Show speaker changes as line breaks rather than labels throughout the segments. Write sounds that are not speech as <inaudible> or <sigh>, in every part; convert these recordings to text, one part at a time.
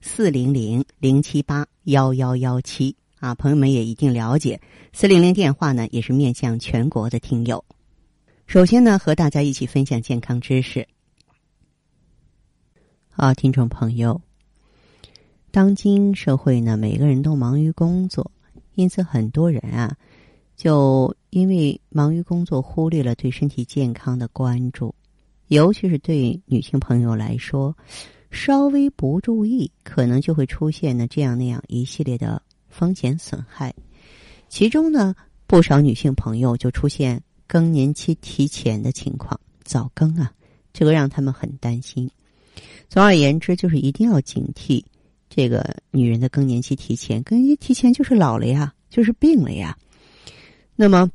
四零零零七八幺幺幺七。啊，朋友们也一定了解，四零零电话呢也是面向全国的听友。首先呢，和大家一起分享健康知识。啊，听众朋友，当今社会呢，每个人都忙于工作，因此很多人啊，就因为忙于工作，忽略了对身体健康的关注，尤其是对女性朋友来说，稍微不注意，可能就会出现呢这样那样一系列的风险损害。其中呢，不少女性朋友就出现更年期提前的情况，早更啊，这个让他们很担心。总而言之，就是一定要警惕这个女人的更年期提前。更年期提前就是老了呀，就是病了呀。那么，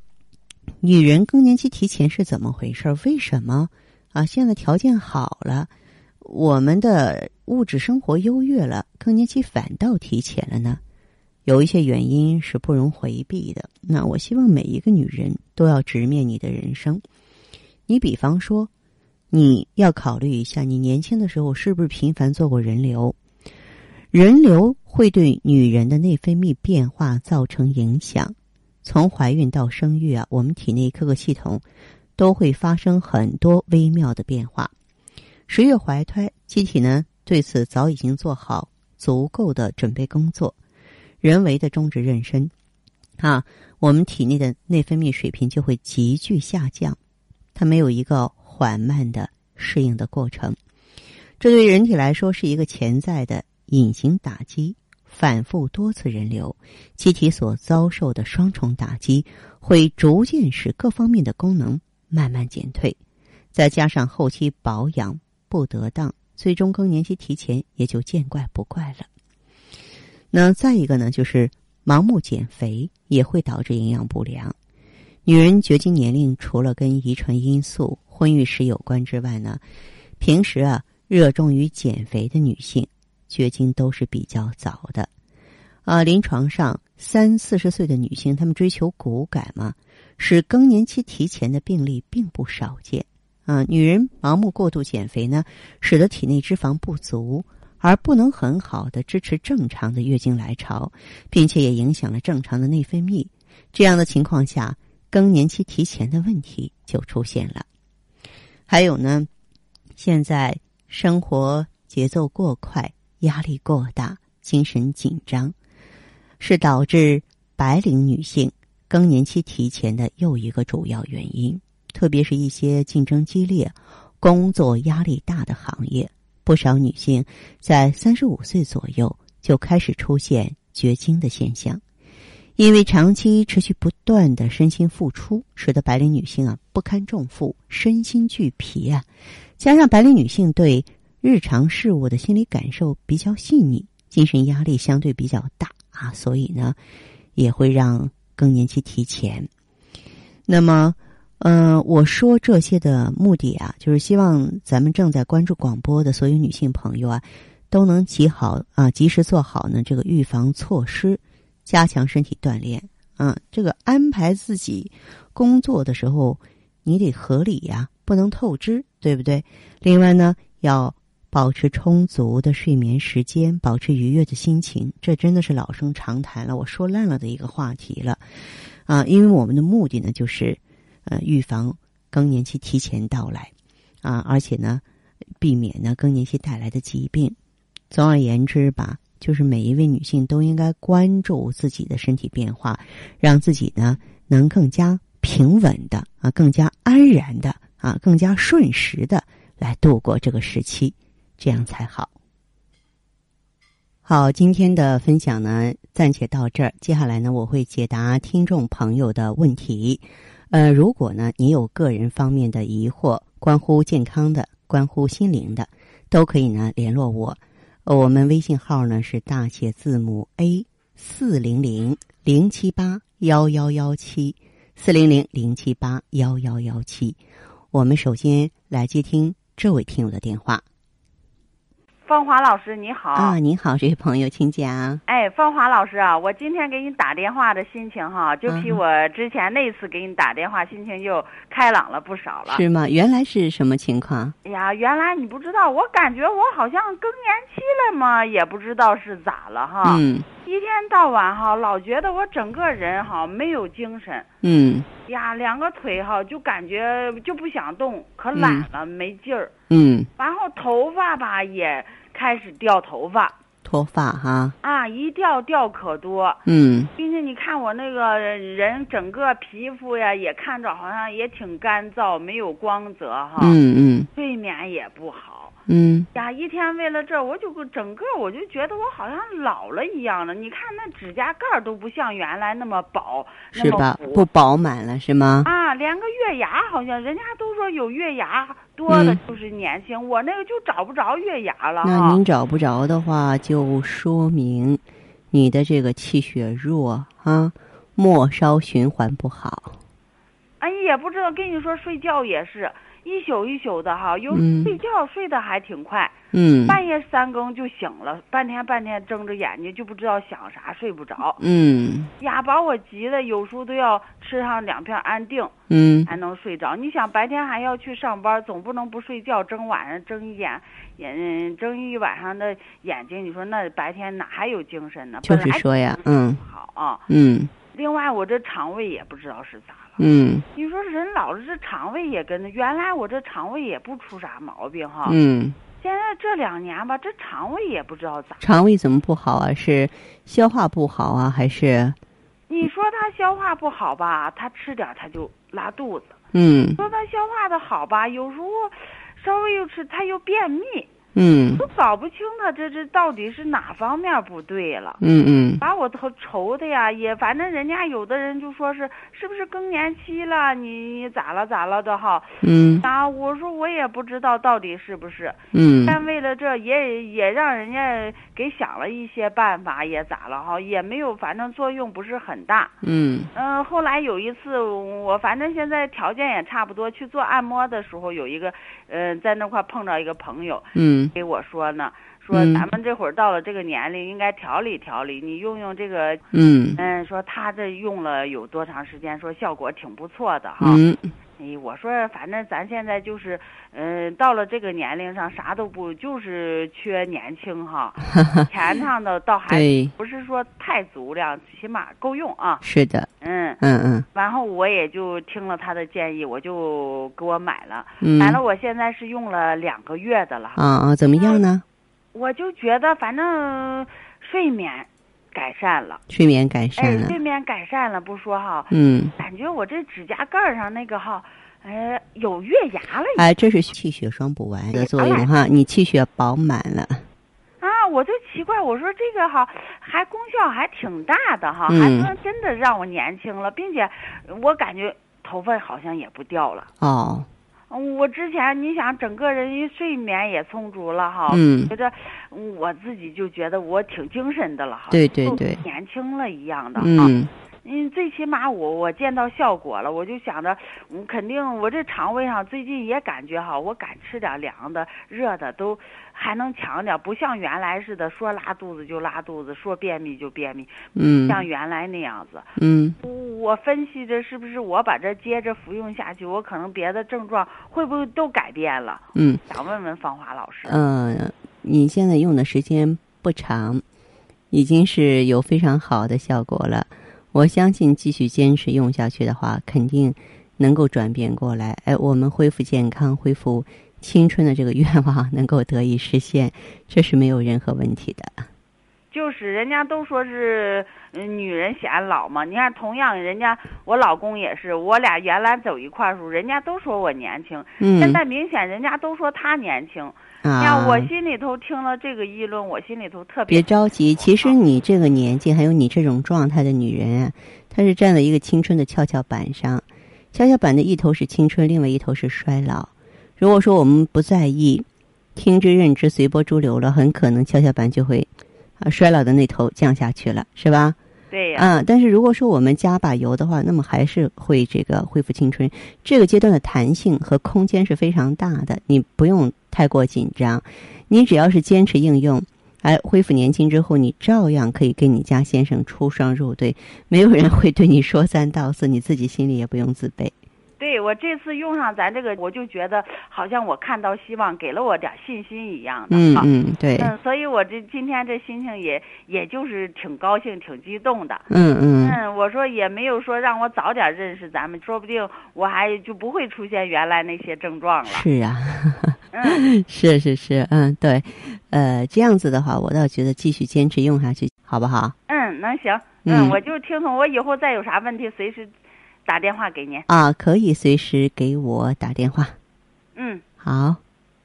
女人更年期提前是怎么回事？为什么啊？现在条件好了，我们的物质生活优越了，更年期反倒提前了呢？有一些原因是不容回避的。那我希望每一个女人都要直面你的人生。你比方说。你要考虑一下，你年轻的时候是不是频繁做过人流？人流会对女人的内分泌变化造成影响。从怀孕到生育啊，我们体内各个系统都会发生很多微妙的变化。十月怀胎，机体呢对此早已经做好足够的准备工作，人为的终止妊娠，啊，我们体内的内分泌水平就会急剧下降，它没有一个。缓慢的适应的过程，这对人体来说是一个潜在的隐形打击。反复多次人流，机体所遭受的双重打击，会逐渐使各方面的功能慢慢减退。再加上后期保养不得当，最终更年期提前也就见怪不怪了。那再一个呢，就是盲目减肥也会导致营养不良。女人绝经年龄除了跟遗传因素，婚育史有关之外呢，平时啊热衷于减肥的女性，绝经都是比较早的。啊、呃，临床上三四十岁的女性，她们追求骨感嘛，使更年期提前的病例并不少见。啊、呃，女人盲目过度减肥呢，使得体内脂肪不足，而不能很好的支持正常的月经来潮，并且也影响了正常的内分泌。这样的情况下，更年期提前的问题就出现了。还有呢，现在生活节奏过快，压力过大，精神紧张，是导致白领女性更年期提前的又一个主要原因。特别是一些竞争激烈、工作压力大的行业，不少女性在三十五岁左右就开始出现绝经的现象。因为长期持续不断的身心付出，使得白领女性啊不堪重负，身心俱疲啊。加上白领女性对日常事物的心理感受比较细腻，精神压力相对比较大啊，所以呢，也会让更年期提前。那么，呃，我说这些的目的啊，就是希望咱们正在关注广播的所有女性朋友啊，都能及好啊，及时做好呢这个预防措施。加强身体锻炼啊！这个安排自己工作的时候，你得合理呀、啊，不能透支，对不对？另外呢，要保持充足的睡眠时间，保持愉悦的心情，这真的是老生常谈了，我说烂了的一个话题了啊！因为我们的目的呢，就是呃预防更年期提前到来啊，而且呢，避免呢更年期带来的疾病。总而言之吧。就是每一位女性都应该关注自己的身体变化，让自己呢能更加平稳的啊，更加安然的啊，更加顺时的来度过这个时期，这样才好。好，今天的分享呢暂且到这儿，接下来呢我会解答听众朋友的问题。呃，如果呢你有个人方面的疑惑，关乎健康的，关乎心灵的，都可以呢联络我。呃我们微信号呢是大写字母 A 四零零零七八幺幺幺七四零零零七八幺幺幺七。我们首先来接听这位听友的电话
芳华老师你好，
啊，您好，这位朋友，请讲。
哎，芳华老师啊，我今天给你打电话的心情哈，就比
嗯
我之前那次给你打电话心情又开朗了不少了。
是吗？原来是什么情况？
哎呀，原来你不知道，我感觉我好像更年期了嘛，也不知道是咋了哈。
嗯
一天到晚哈，老觉得我整个人哈没有精神
嗯
呀，两个腿哈就感觉就不想动，可懒了、没劲儿。
嗯，
然后头发吧也开始掉头发
脱发哈，
啊，一掉掉可多。
嗯
并且你看我那个人整个皮肤呀，也看着好像也挺干燥，没有光泽哈，
嗯嗯
睡眠也不好
嗯
呀。一天为了这，我就整个我就觉得我好像老了一样了。你看那指甲盖儿都不像原来那么薄，那
是
么
吧？
薄
不饱满了是吗？
啊，连个月牙好像人家都说有月牙多的
嗯
就是年轻，我那个就找不着月牙了
那
哈
您。找不着的话，就说明你的这个气血弱啊，末梢循环不好。
哎，也不知道跟你说睡觉也是一宿一宿的哈，有
嗯
睡觉睡得还挺快。
嗯
半夜三更就醒了，半天半天睁着眼睛就不知道想啥，睡不着
嗯
呀，把我急的，有时候都要吃上两片安定
嗯
才能睡着。你想白天还要去上班，总不能不睡觉，睁晚上睁一眼眼睁一晚上的眼睛，你说那白天哪还有精神呢？
就是
本来
说呀嗯
不好啊。
嗯
另外我这肠胃也不知道是咋了，
嗯
你说人老了这肠胃也跟着，原来我这肠胃也不出啥毛病哈，
嗯，
现在这两年吧，这肠胃也不知道咋。
肠胃怎么不好啊？是消化不好啊，还是
你说他消化不好吧，他吃点儿他就拉肚子；
嗯
说他消化的好吧，有时候稍微又吃他又便秘，
嗯
都搞不清他这这到底是哪方面不对了。
嗯嗯
把我头愁的呀，也反正人家有的人就说是是不是更年期了，你你咋了咋了的哈。
嗯
啊，我说我也不知道到底是不是，
嗯
但为了这也也让人家给想了一些办法，也咋了哈，也没有，反正作用不是很大。
嗯
嗯，后来有一次，我反正现在条件也差不多，去做按摩的时候，有一个，呃，在那块碰着一个朋友
嗯
给我说呢，说
嗯
咱们这会儿到了这个年龄，应该调理调理，你用用这个，
嗯
嗯，说他这用了有多长时间，说效果挺不错的哈。
嗯
哎，我说反正咱现在就是，嗯，到了这个年龄上啥都不，就是缺年
<laughs>
轻哈，钱上的倒还
对，
不是说太足量，起码够用啊，
是的，
嗯。
嗯嗯
然后我也就听了他的建议，我就给我买了，
嗯
买了，我现在是用了两个月的了，
啊啊，怎么样呢？
我就觉得反正睡眠改善了，
睡眠改善
哎，
了
睡，眠改善了不说哈，
嗯。
感觉我这指甲盖儿上那个哈，呃，有月牙 <laughs> 了
哎，这是气血双补丸的作用哈，你气血饱满了，
啊，我就奇怪，我说这个哈还功效还挺大的哈，
嗯
还能真的让我年轻了，并且我感觉头发好像也不掉了。
哦，
嗯我之前你想，整个人一睡眠也充足了哈，
嗯
觉得嗯我自己就觉得我挺精神的了哈，
对对
就
对
年轻了一样的哈。
嗯
嗯，最起码我我见到效果了，我就想着，嗯，肯定我这肠胃上最近也感觉哈，我敢吃点凉的、热的都还能强点，不像原来似的说拉肚子就拉肚子，说便秘就便秘，
嗯
像原来那样子。
嗯
我分析着是不是我把这接着服用下去，我可能别的症状会不会都改变了？
嗯
想问问芳华老师。
嗯，你现在用的时间不长，已经是有非常好的效果了。我相信继续坚持用下去的话，肯定能够转变过来。哎，我们恢复健康、恢复青春的这个愿望能够得以实现，这是没有任何问题的。
就是人家都说是、嗯、女人显老嘛，你看同样人家我老公也是，我俩原来走一块儿时候，人家都说我年轻，现
嗯
在明显人家都说他年轻。你看、
啊，
我心里头听了这个议论，我心里头特
别
别
着急，其实你这个年纪，还有你这种状态的女人啊，她是站在一个青春的跷跷板上，跷跷板的一头是青春，另外一头是衰老。如果说我们不在意，听之任之，随波逐流了，很可能跷跷板就会啊衰老的那头降下去了，是吧？
对呀、
啊，但是如果说我们加把油的话，那么还是会这个恢复青春。这个阶段的弹性和空间是非常大的，你不用太过紧张。你只要是坚持应用，哎，恢复年轻之后，你照样可以跟你家先生出双入对，没有人会对你说三道四，你自己心里也不用自卑。
对我这次用上咱这个，我就觉得好像我看到希望，给了我点信心一样的
嗯
哈。
嗯，对，
嗯，所以我这今天这心情也也就是挺高兴、挺激动的。
嗯嗯。
嗯，我说也没有说让我早点认识咱们，说不定我还就不会出现原来那些症状了。
是啊， <laughs>
嗯，
是是是，嗯，对，呃，这样子的话，我倒觉得继续坚持用下去，好不好？
嗯，能行。
嗯
我就听从，我以后再有啥问题随时打电话给您。
啊，可以随时给我打电话。
嗯，
好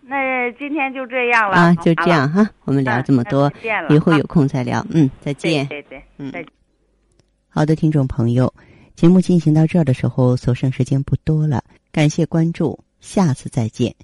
那今天就这样了
啊，就这。
好吧
样哈，我们聊这么
嗯那
多
再，见了
以后
啊
有空再聊。嗯，再
对
见。
对对，
嗯
再见。
好的，听众朋友，节目进行到这儿的时候，所剩时间不多了，感谢关注，下次再见。